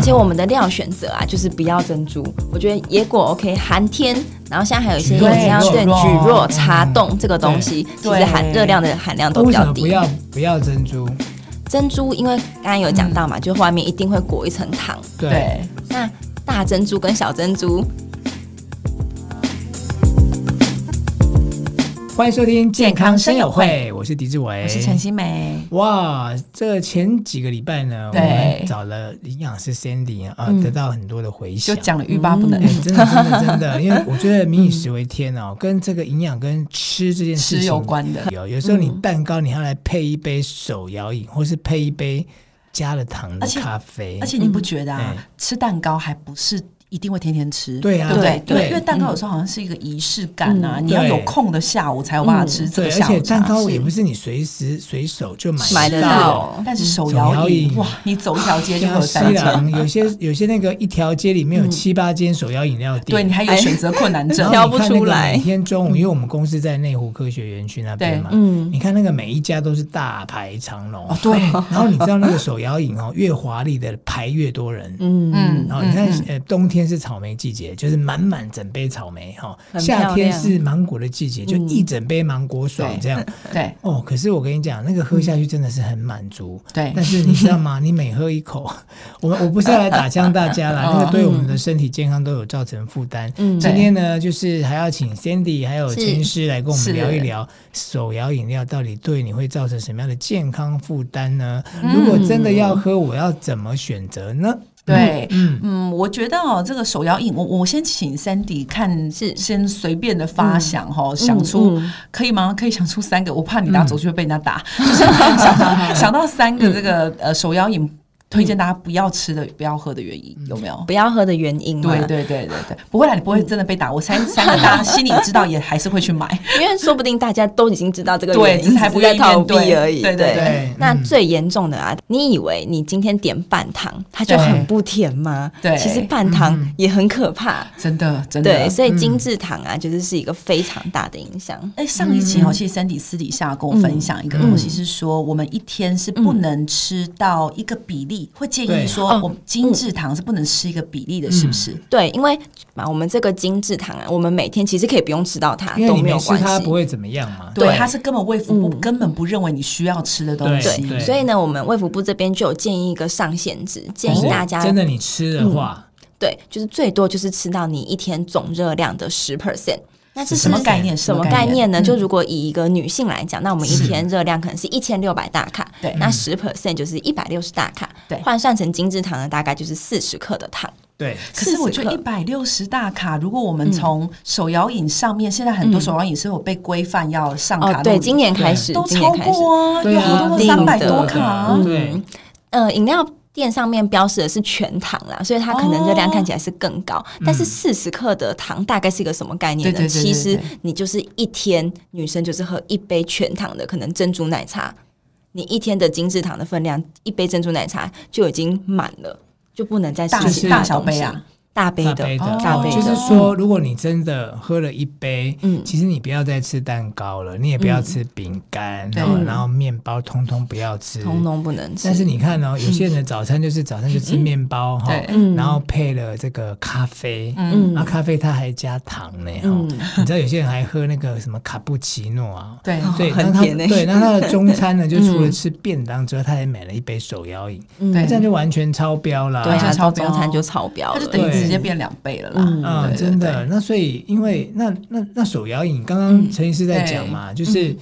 且我们的料选择啊，就是不要珍珠，我觉得野果 OK，寒天，然后现在还有一些饮蒟蒻料蒟对蒻蒟蒻、嗯茶冻这个东西，其啊对实含热量的含量都比为什较么不低。要不要珍珠？珍珠因为刚刚有讲到嗯嘛，就外面一定会裹一层糖，对，那大珍珠跟小珍珠欢迎收听健康生友健会，我是狄志伟，我是陈心梅，哇，这前几个礼拜呢，我对们找了营养师 Sandy 啊，嗯得到很多的回就响。讲了欲罢不能 哎，嗯真的真的真的，因为我觉得民以食为天哦，跟这个营养跟吃这件事情吃有关的，嗯有有时候你蛋糕你还要来配一杯手摇饮，或是配一杯加了糖的而且咖啡而。且你不觉得啊嗯，吃蛋糕还不是一定会天天吃，对啊不对？因对为对因为蛋糕有时候好像是一个仪式感啊，你要对有空的下午才有办法吃这嗯对，个而下且午蛋茶。糕也不是你随时随手就买买得到到。但是手手摇摇饮啊饮哇，你走一条街就会 像有三西家，兰有些有些那个一条街里面有七八间手摇饮料店，对你还有选择困难症然，挑后你看不那出个来每天中午，因为我们公司在内湖科学园区那边嗯对嘛，嗯你看那个每一家都是大排长龙。哦对， 然后你知道那个手摇饮哦，越华丽的排越多人。嗯嗯然后你看嗯，呃，冬天是草莓季节，就是满满整杯草莓哈；很漂夏亮天是芒果的季节，就一整杯芒果爽嗯对这样。对哦，可是我跟你讲，那个喝下去真的是很满足。嗯对但是你知 道吗？你每喝一口，我们我不是要来打枪大家啦，那个对我们的身体健康都有造成负担。嗯今天呢，就是还要请 Sandy 还有是秦师来跟我们是聊一聊手摇饮料到底对你会造成什么样的健康负担呢？嗯如果真的要喝，我要怎么选择呢？对，嗯，嗯，我觉得哦，这个手摇饮，我我先请 Sandy 看，是先随便的发想哈、哦，想出、嗯可以吗？可以想出三个，我怕你拿走就会被人家打，就是想到想到三个这个、呃手摇饮，推荐大家不要吃的、不要喝的原因有没有？不要喝的原因嘛，对对对对对，不会啦，你不会真的被打。我三三个大家心里知道，也还是会去买。因为说不定大家都已经知道这个对原因，只是还不在愿意面逃避对而已。对对对对那嗯最严重的啊，你以为你今天点半糖，它就对很不甜吗？对嗯其实半糖也很可怕。真的真的。对，所以精致糖啊，就是是一个非常大的影响。哎，上一嗯期哦，其实 Sandy 私底下跟我分享一个东西，是说我们一天是不能吃到一个比例，会建嗯对嗯议说哦我们精致糖是不能吃一个比例的，是不是？对，因为嘛，我们这个精致糖啊，我们每天其实可以不用吃到它，因啊为都你没没有吃关它不系。会怎么样嘛。对，对它是根本卫福部嗯根本不认为你需要吃的东西对，对所以呢，我们卫福部这边就有建议一个上限值，建可议是大家哦嗯真的你吃的话，对，就是最多就是吃到你一天总热量的十 percent。那这是是什么概念？嗯什么概概念嗯呢？就如果以一个女性来讲，那我们一是天热量可能是一千六百大卡，对那十 percent 就是一百六十大卡，对换算成精制糖呢，大概就是四十克的糖，对，可是我觉得一40克百六十大卡，如果我嗯们从手摇饮上面，现在很多手摇饮是有被规范要上卡哦，路对，里，今年开始，都今超年开始，过啊，对有啊很多一定三百的多卡啊。对嗯，呃，饮料。店上面标示的是全糖啦，所以它可能热量哦嗯看起来是更高，但是四十克的糖大概是一个什么概念呢？对对对对其实对你就是一天女生就是喝一杯全糖的，可能珍珠奶茶，你一天的精制糖的分量，一杯珍珠奶茶就已经满了，就不能再吃大其大他东西小杯啊，大杯大的，杯的，哦大杯的就是说，如果你真的喝了一杯，嗯其实你不要再吃蛋糕了，你也不要吃饼干，对哦然后面包通通不要吃。通通不能吃但。是你看哦，有些人的早餐就是早餐就吃面包哈对，嗯然后配了这个咖啡，嗯啊，咖啡它还加糖呢哈嗯。你知道有些人还喝那个什么卡布奇诺啊，对，对，很那他甜嗯欸对，那他的中餐 呢，就除了吃便当之外，他还买了一杯手摇饮，对那这样就完全超标啦。嗯对就啊，超标哦中餐就超标它了，就等于对直接变两倍了啦。嗯啊、对对嗯真的。那所以，因为那那那手摇饮，刚刚陈医师在讲嘛，就是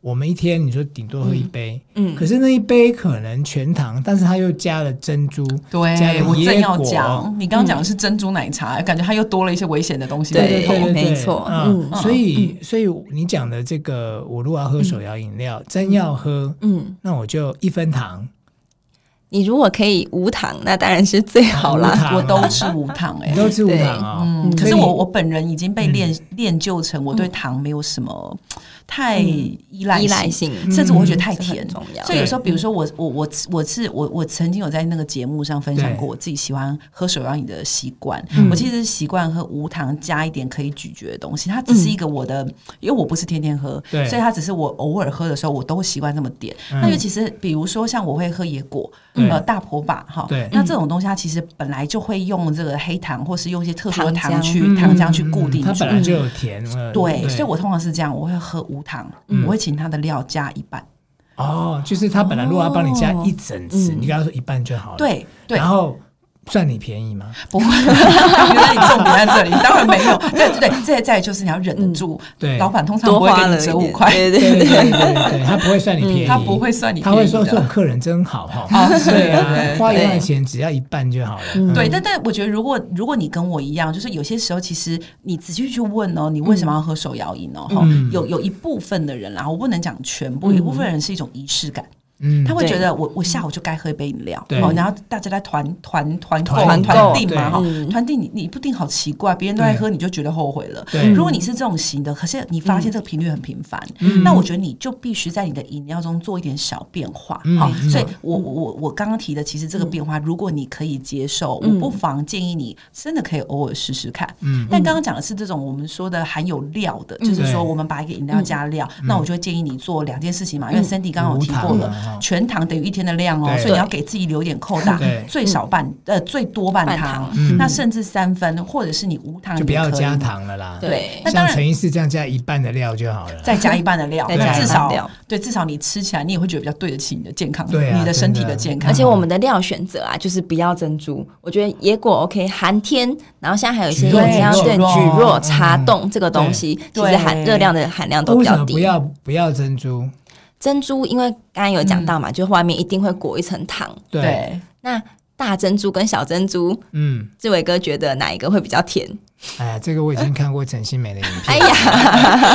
我们一天你说顶多喝一杯，嗯可是那一杯可能全糖，但是它又加了珍珠，加对，了我正椰要果嗯讲，。你刚刚讲的是珍珠奶茶，感觉它又多了一些危险的东西在对对里头。对对，没错嗯，嗯所以所以你讲的这个，我如果要喝手摇饮料，真要喝，嗯，那我就一分糖，你如果可以无糖，那当然是最好无啦。糖我都吃无糖 哎、你都吃无糖啊。嗯，可所以嗯是你我我本人已经被练练就成我对糖没有什么嗯太依赖依赖性，性甚至我觉得嗯太这很甜重要嗯所以有时候，比如说我我我我是我我曾经有在那个节目上分享对过我自己喜欢喝手摇饮的习惯嗯。我其实习惯喝无糖加一点可以咀嚼的东西，它只是嗯一个我的，因为我不是天天喝，对嗯所以它只是我偶尔喝的时候，我都会习惯这么点。那就其实比如说像我会喝野果，对呃大婆把哈。对嗯那这种东西它其实本来就会用这个黑糖或是用一些特殊的糖糖浆去嗯糖浆去固嗯定它住本。来就有甜味。对，所以我通常是这样，我会喝无糖，嗯我会请它的料加一半。哦，就是它本来如果要帮你加哦一整次，嗯你跟他说一半就好了。，对对，然后算你便 宜吗？不会，原来你重点在这里，当然没有。 嗯对对对，再再来就是你要忍得住，对老板通常多不花会给了你一折五点，块，对对对对对，对对对，他不会算你便宜，嗯他不会算你他会说这便宜种的。客人 真好哈。哦是对啊，对花一对万钱只要一半就好了。嗯对，但但我觉得，如果如果你跟我一样，就是有些时候，其实你仔细去问哦，你为什么要喝手摇饮哦？哈、嗯有有一部分的人啦，我不能讲全部，有一部分人是一种仪式感，嗯他会对觉得我我下午就该喝一杯饮料，对哦，然后大家来团团团购团购订嘛，对哈嗯，团订你你不订好奇怪，别人都在对喝，你就觉得后悔了。对如果你是这种型的，可是你发现这个频率很频繁，嗯那我觉得你就必须在你的饮料中做一点小变化。嗯好，嗯所以我我我我刚刚提的，其实这个变化，如果你可以接受，我不妨建议你真的可以偶尔试试看。嗯但刚刚讲的是这种我们说的含有料的，嗯就是说对嗯我们把一个饮料加料，那我就会建议你做两件事情嘛，因为嗯 Cindy 刚刚有提过无糖了的哈，全糖等于一天的量哦，嗯对所以你要给自己留点扣打对，最少半呃最多半半糖糖，嗯那甚至三分，或者是你无糖就也不要可以加糖了啦。对那当像然陈医师这样加一半的料就好了。再加一半的 料，再加那一至半少料对，至少你吃起来你也会觉得比较对得起你的健康，对啊你的身体真的的健康而。且我们的料选择啊，就是不要珍珠。我觉得野果 OK，寒天，然后现在还有一些蒟蒻饮料店蒟蒻蒟蒻、嗯茶冻这个东西，其对实含热量的含量都为比什较么不低。要不要珍珠？珍珠因为刚刚有讲到嗯嘛，就外面一定会裹一层糖。对，对，那大珍珠跟小珍珠，嗯，志伟哥觉得哪一个会比较甜？哎呀，这个我已经看过陈新美的影哎片。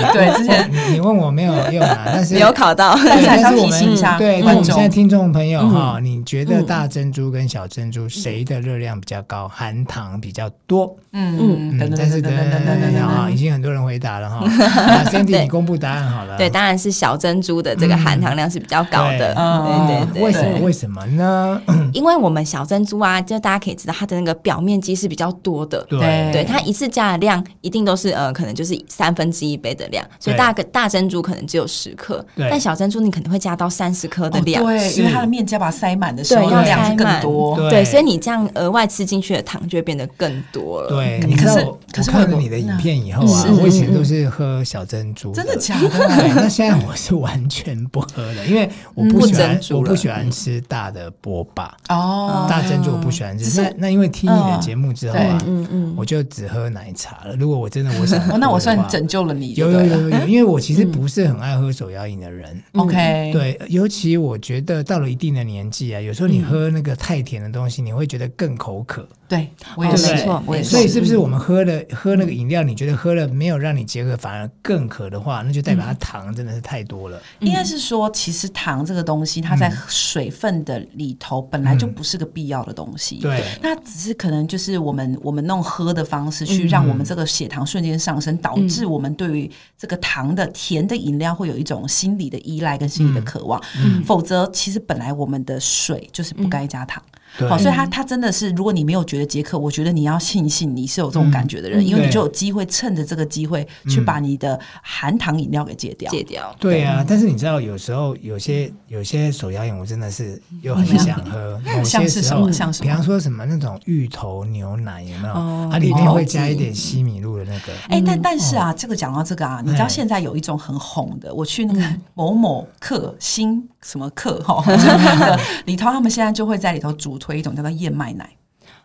呀，对，之 前你你问我没有用啊，但是没有考到。对但是还是要我提们醒一下对，但观我们现众嗯在听众朋友哈，你觉得大珍珠跟小珍珠谁的热量比较高，含糖比较多？嗯嗯等等但是等等等等等等等啊，等已经很多人回答了哈。那 Sandy，对你公布答案好了。对，当然是小珍珠的这个含糖量是比较高的。嗯对对对，哦为什么？对为什么呢？因为我们小珍珠啊，就大家可以知道它的那个表面积是比较多的。对对它一次加的量一定都是呃，可能就是三分之一杯的量，所以对大个大珍珠可能只有十克，对但小珍珠你可能会加到三十克的哦量，对，是因为它的面加把它塞满的时对候，要量塞是更满多。对对所以你这样额外吃进去的糖就会变得更多了。对，可你知道可是我可是我看我了你的影片以后啊嗯，我以前都是喝小珍珠，真的假对，的？那现在我是完全不喝的，因为我不嗯不喜欢珍，珠我不了喜欢吃大的波霸，哦，大珍珠我不喜欢只吃。是那那因为听你的节目之后啊嗯，嗯嗯，我就只喝奶茶了。如果我真的我想喝的 话，哦，那我算拯救了你，有对有不对有有有， 因为我其实不是很爱喝手摇饮的人。 OK，，对，尤其我觉得到了一定的年纪啊，有时候嗯你喝那个太甜的东西，你会觉得更口渴。对我也哦是没错，我也没所以是。嗯是不是我们喝了喝那个饮料，你觉得喝了没有让你解渴，反而更渴的话，那就代表它嗯糖真的是太多了。应该是说，其实糖这个东西，它在水分的里头本来就不是个必要的东西。对，那只是可能就是我们我们弄喝的方式嗯去让我们这个血糖瞬间上升，导致我们对于这个糖的甜的饮料会有一种心理的依赖跟心理的渴望。嗯否则，其实本来我们的水就是不该加糖。对好，所以它它真的是，如果你没有觉得解渴，我觉得你要庆幸你是有这种感觉的人，嗯因为你对嗯就有机会趁着这个机会去把你的含糖饮料给戒掉。戒掉。对啊，但是你知道，有时候有些有些手摇饮，我真的是又很想 喝。某像些是时什候么，像什比么方说什么那种芋头牛奶有没有？哦它里面会加芋头一汁点西米露的那个。哎、但但是啊，这个讲到这个啊，你知道现在有一种很红的，我去那个某某课新什么课哈，的里头他们现在就会在里头主推一种叫做燕麦奶，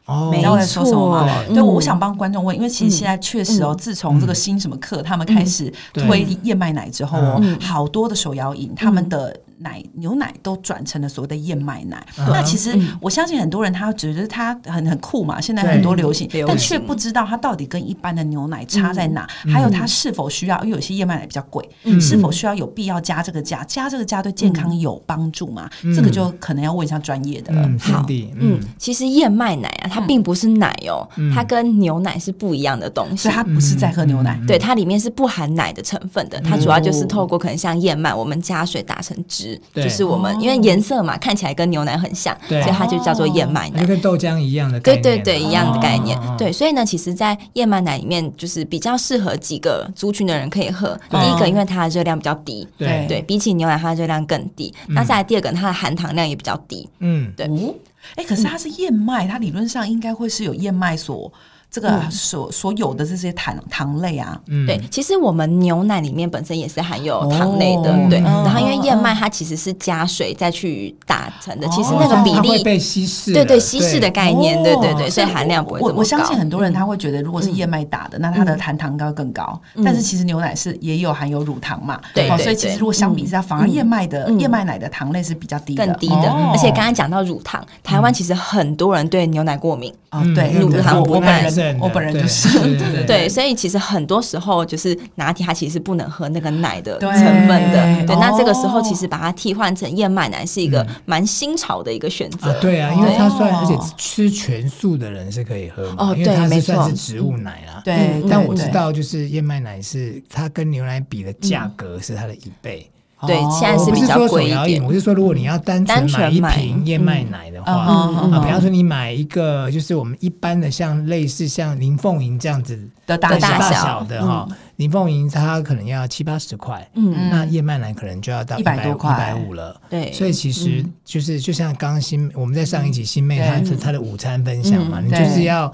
哦，你没知道我在说什么吗？错对，嗯我想帮观众问，因为其实现在确实哦，自从这个新什么课他们开始对推燕麦奶之后哦，嗯好多的手摇饮他们的。奶牛奶都转成了所谓的燕麦奶，嗯那其实我相信很多人他觉得它很很酷嘛，现在对很多流行流，但行却不知道它到底跟一般的牛奶差在哪，还有它是否需要，因为有些燕麦奶比较贵，是否需要有必要加这个价？加这个价对健康有帮助吗？这个就可能要问一下专业的了。嗯，好兄弟，嗯嗯，，其实燕麦奶啊，它并不是奶哦，它跟牛奶是不一样的东西所以。他不是在喝牛嗯嗯奶，对，它里面是不含奶的成分的，它主要就是透过可能像燕麦，我们加水打成汁，汁，对就是我们因为颜色嘛，看起来跟牛奶很像，所对以它就叫做燕麦奶就。跟豆浆一样的概对念，啊对对，一样的概念。哦对，所以呢，其实，在燕麦奶里面，就是比较适合几个族群的人可以喝。第对哦一个，因为它的热量比较低，对对比起牛奶，它的热量更低。那再来第二个，它的含糖量也比较低。嗯，对哦，哎，可是它是燕麦，它理论上应该会是有燕麦所这嗯个所所有的这些糖糖类啊，嗯对，其实我们牛奶里面本身也是含有糖类的，哦对。嗯然后因为嗯燕麦嗯它其实是加水再去打成的，哦其实那个比它会例，被稀释啊了，对对，稀释的概念，对对对，哦所以含量不会这我么高。我相信很多人嗯他会觉得，如果是燕麦打的，那它的含糖高更高。嗯但是其实牛奶是也有含有乳糖嘛，对哦对所以其对实如果相比之下，反而燕麦的嗯燕麦奶的糖类是比较低的，更低的，哦而且刚刚讲到乳糖，台湾其实很多人对牛奶过敏，哦嗯对，那乳对糖我不我耐本人症我的本人对就是对对对对，所以其实很多时候就是拿铁，它其实是不能喝那个奶的对成分的。对，那这个时候哦其实把它替换成燕麦奶是一个嗯蛮新潮的一个选择啊，。对啊，因为它算，哦而且吃全素的人是可以喝嘛，哦因为它对没是错算是植物奶啊啦。对嗯，但对我知对道，就是燕麦奶是它跟牛奶比的价格是它的一倍。对哦现在我嗯是不比是较说手贵一摇点嗯饮，我是说如果你要单单纯纯买一买瓶燕麦奶的话，嗯嗯嗯啊，比方说你买一个，就是我们一般的像类似像林凤营这样子的大的大大小小的哈，林凤营它可能要七八十块，嗯，那燕麦奶可能就要到100多块一百五了。对，嗯所以其实就是就像刚刚新我们在上一集新妹对她她的午餐分享嘛，嗯你就是要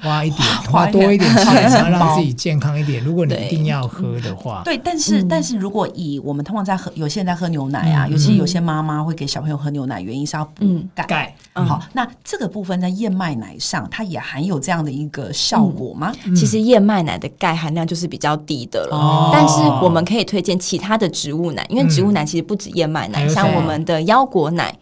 花一点花花多一点花一钱，点钱包然后 让自己健康一点。如果你对一定要喝的啊话，对，但是、嗯但是如果以我们通常在喝，有些人在喝牛奶啊，尤其有些妈妈会给小朋友喝牛奶，原因是要补嗯钙。钙好，那这个部分在燕麦奶上，它也含有这样的一个效果吗？其实燕麦奶的钙含量就是比较低的了。哦但是我们可以推荐其他的植物奶，因为植物奶其实不止燕麦嗯还奶，有像谁我们的腰果奶、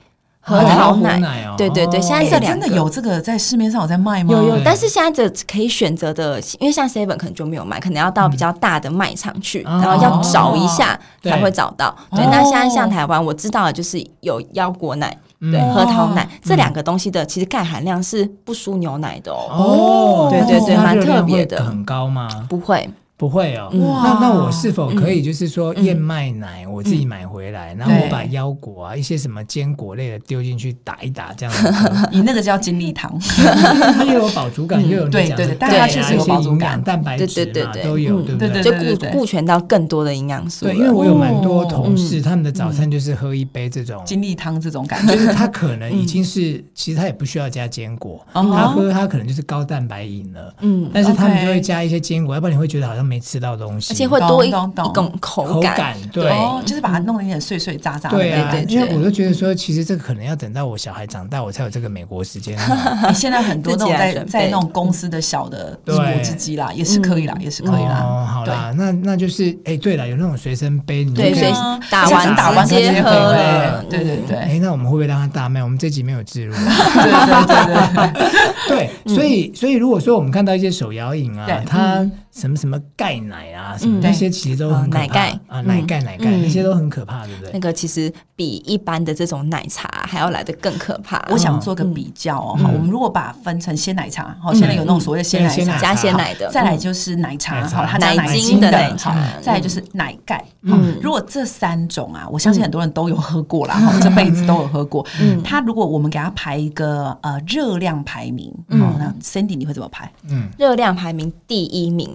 核哦桃果奶，奶哦，对对对哦现在哎这两真的个有这个在市面上有在卖吗？有有对，但是现在这可以选择的，因为像 Seven 可能就没有卖，可能要到比较大的卖场去，哦然后要找一下对才会找到。对，哦那现在像台湾，我知道的就是有腰果奶、对嗯核桃奶嗯这两个东西的，其实钙含量是不输牛奶的哦，哦，对对对那它蛮热量特别会的很高吗？不会，不会哦。嗯哇那那我是否可以就是说燕麦奶我自己买回来，然后我对把腰果啊一些什么坚果类的丢进去打一打这样子 喝？你那个叫金粒 糖，它又有饱足感，又有你对讲对的对但钙它啊确实一有些饱足营感养蛋白对质对对嘛对都有，嗯对不对就对？对顾对顾全到更多的营养素了。对，因为我有蛮多哦同事，他们的早餐就是喝一杯这种，金粒汤这种感就觉。是他可能已经是，其实他也不需要加坚果，嗯他喝他可能就是高蛋白饮了，嗯，但是他们就 OK 会加一些坚果，要不然你会觉得好像没吃到东西，而且会多一懂懂懂一种口口感，感对。哦，就是把它弄得有点碎碎渣渣的对啊，感觉。对对因为我就觉得说，其实这个可能要等到我小孩长大，我才有这个美国时间。啊你现在很多那种在自己来准备在那种公司的小的对果汁机啦，也是可以啦，也是 可以啦。哦，好啦，那那就是，哎，对了，有那种随身杯，你对，就所可以以啊打这完样打完直直接接喝喝了，对对对哎、那我们会不会让它大卖？我们这集没有置入。啊 嗯对对对对。对，所以所以如果说我们看到一些手摇饮啊对，它什么什么钙奶啊，什么嗯那些其实都很可怕奶钙啊，嗯奶钙奶钙嗯那些都很可怕，对不那对？个其实比一般的这种奶茶还要来的更可怕。我想做个嗯比较哦，哈，我们如果把它分成鲜奶茶，好，现在有那种所谓的鲜奶对鲜奶茶，加嗯鲜奶的，嗯再来就是奶茶，奶茶好，它加奶奶精的奶奶茶再来就是奶钙。好嗯如果这三种啊，我相信很多人都有喝过啦，哈，这辈子都有喝过。嗯它如果我们给它排一个呃热量排名，嗯好，那 Cindy 你会怎么排？嗯，热量排名第一名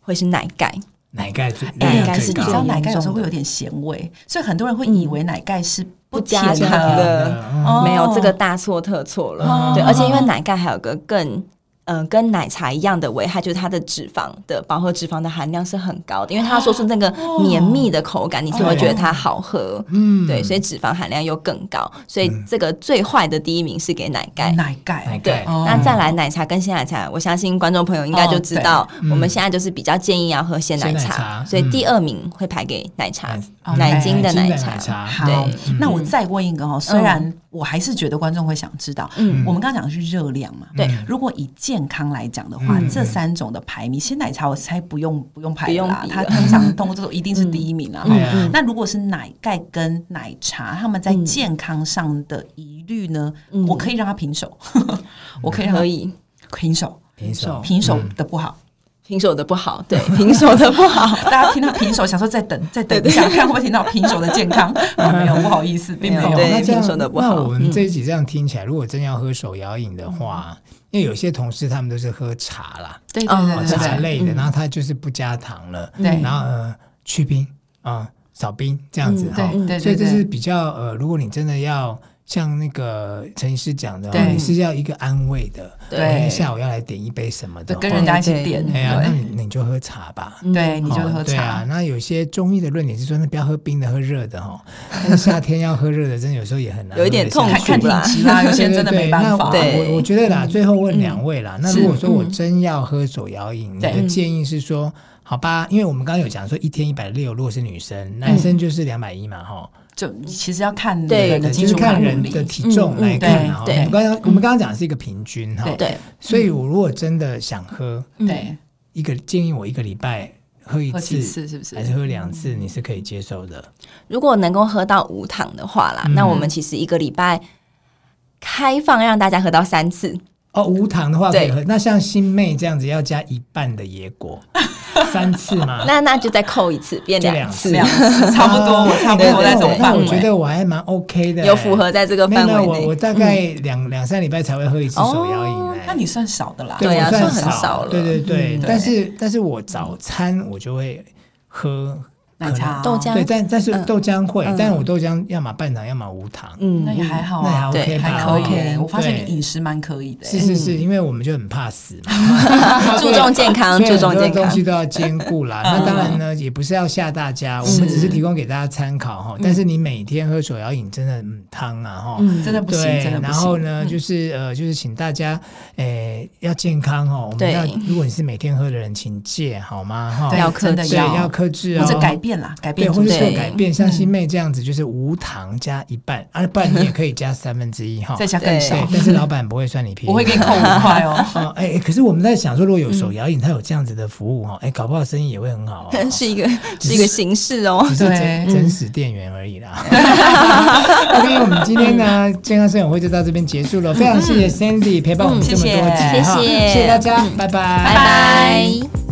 会是奶钙，奶钙最热奶量钙哎可最是你高知道奶盖有时候会最严重的嗯有点咸味，所以很多人会以为奶盖是不甜不加的。糖的嗯哦没有这个大错特错了。哦对，而且因为奶钙还有个更。嗯、跟奶茶一样的危害就是它的脂肪的饱和脂肪的含量是很高的，因为它说是那个绵密的口感，你才会觉得它好喝。嗯对，所以脂肪含量又更高，所以这个最坏的第一名是给奶钙。奶奶盖，对钙，哦那再来奶茶跟鲜奶茶，我相信观众朋友应该就知道，我们现在就是比较建议要喝鲜奶鲜奶茶，茶所以第二名会排给奶茶，嗯奶精的奶奶茶。好对，那我再问一个哈，虽然我还是觉得观众会想知道，嗯我们刚刚讲的是热量嘛，对如果以健康来讲的话，嗯这三种的排名，鲜奶茶我猜不用不用排不用啦比，了它通常通过这种一定是第一名啦。对啊，那如果是奶盖跟奶茶，他们在健康上的疑虑呢？嗯我可以让它平手，我可以让可它以，平手，平手平手的不好，平手的不好，对，平手的不好。大家听到平手，想说再等再等一下，看会不会听到平手的健康。啊没有，不好意思，并没有。对那这听说样的不那好我嗯们这一集这样听起来，如果真要喝手摇饮的话，因为有些同事他们都是喝茶啦，对嗯对哦哦对对嗯茶对类的，然后他就是不加糖了，嗯对然后呃去冰啊少冰这样子嗯哈对，对对，所以这对是比较呃，如果你真的要像那个陈医师讲的哦，对你是要一个安慰的，对我今天下午要来点一杯什么的对跟话，人家一起对点，哎呀，那对你你就喝茶吧。嗯对，你就哦喝对茶啊。。那有些中医的论点是说，那不要喝冰的，喝热的哦。但是夏天要喝热的，真的有时候也很难，有一点痛苦看看体啦质啦，有些人真的没办法。对对那我我我觉得啦，最后问两位啦。那是如果说我真要喝手摇饮，你的对建议是说，好吧，因为我们刚刚有讲说一天一百六，如果是女生，男生就是两百一嘛，哈。就其实要看对人的基就是础卡看路人里的体重来看哈。嗯嗯对我们刚刚我们刚刚讲的是一个平均哈，对，所以我如果真的想喝，嗯对，一个建议我一个礼拜喝一喝几次，次是不是还？是喝两次，你是可以接受的。如果能够喝到无糖的话啦，嗯那我们其实一个礼拜开放让大家喝到三次，哦，无糖的话可以对喝。那像新妹这样子要加一半的野果，三次吗？那那就再扣一次，变就两次，两 次差不哦多，我差不多对在这对种对那范我围。觉得我还蛮 OK 的欸，有符合在这个没有范没有围嗯我我内。大概两两三礼拜才会喝一次手摇饮欸那你算少的啦。对我啊算算很少了对对对嗯，但是但是我早餐我就会喝奶茶、豆浆对，但但是嗯豆浆会嗯，但我豆浆要么半糖，要么无糖，嗯那也还好那还啊， OK 对吧？还可以耶。哦我发现对你饮食蛮可以的是耶。是是，因为我们就很怕死嘛，嗯注重健康， 嗯所以注很重多健东康西。都要兼顾 啦。那当然呢，也不是要吓大家，嗯我们只是提供给大家参考哈。但是你每天喝手摇饮真的很汤啊哈。嗯真的不行，对，真的不然后行。呢，就是呃，就是请大家，诶，要健康哦。我们对要，如果你是每天喝的人，请戒好吗？哈对，要真的克对，制要克制哦。或者改变啦，改对，变或者主是对说改变，像新妹这样子，就是无糖加一半，啊，不然你也可以加三分之一哈。在家更对少对，，但是老板不会算你便宜，我会给你扣五块哦。哦，哎、哎可是我们在想说，如果有手摇饮，它有这样子的服务哈，哎、搞不好生意也嗯会很嗯好、可能 哦。是一个是一个形式哦， 只是对真真实店员而已啦。OK，我们今天呢健康生活会就到这边结束嗯了，非常谢谢 Sandy 陪伴我们这么多集嗯谢谢哈，谢谢谢谢大家，拜拜拜。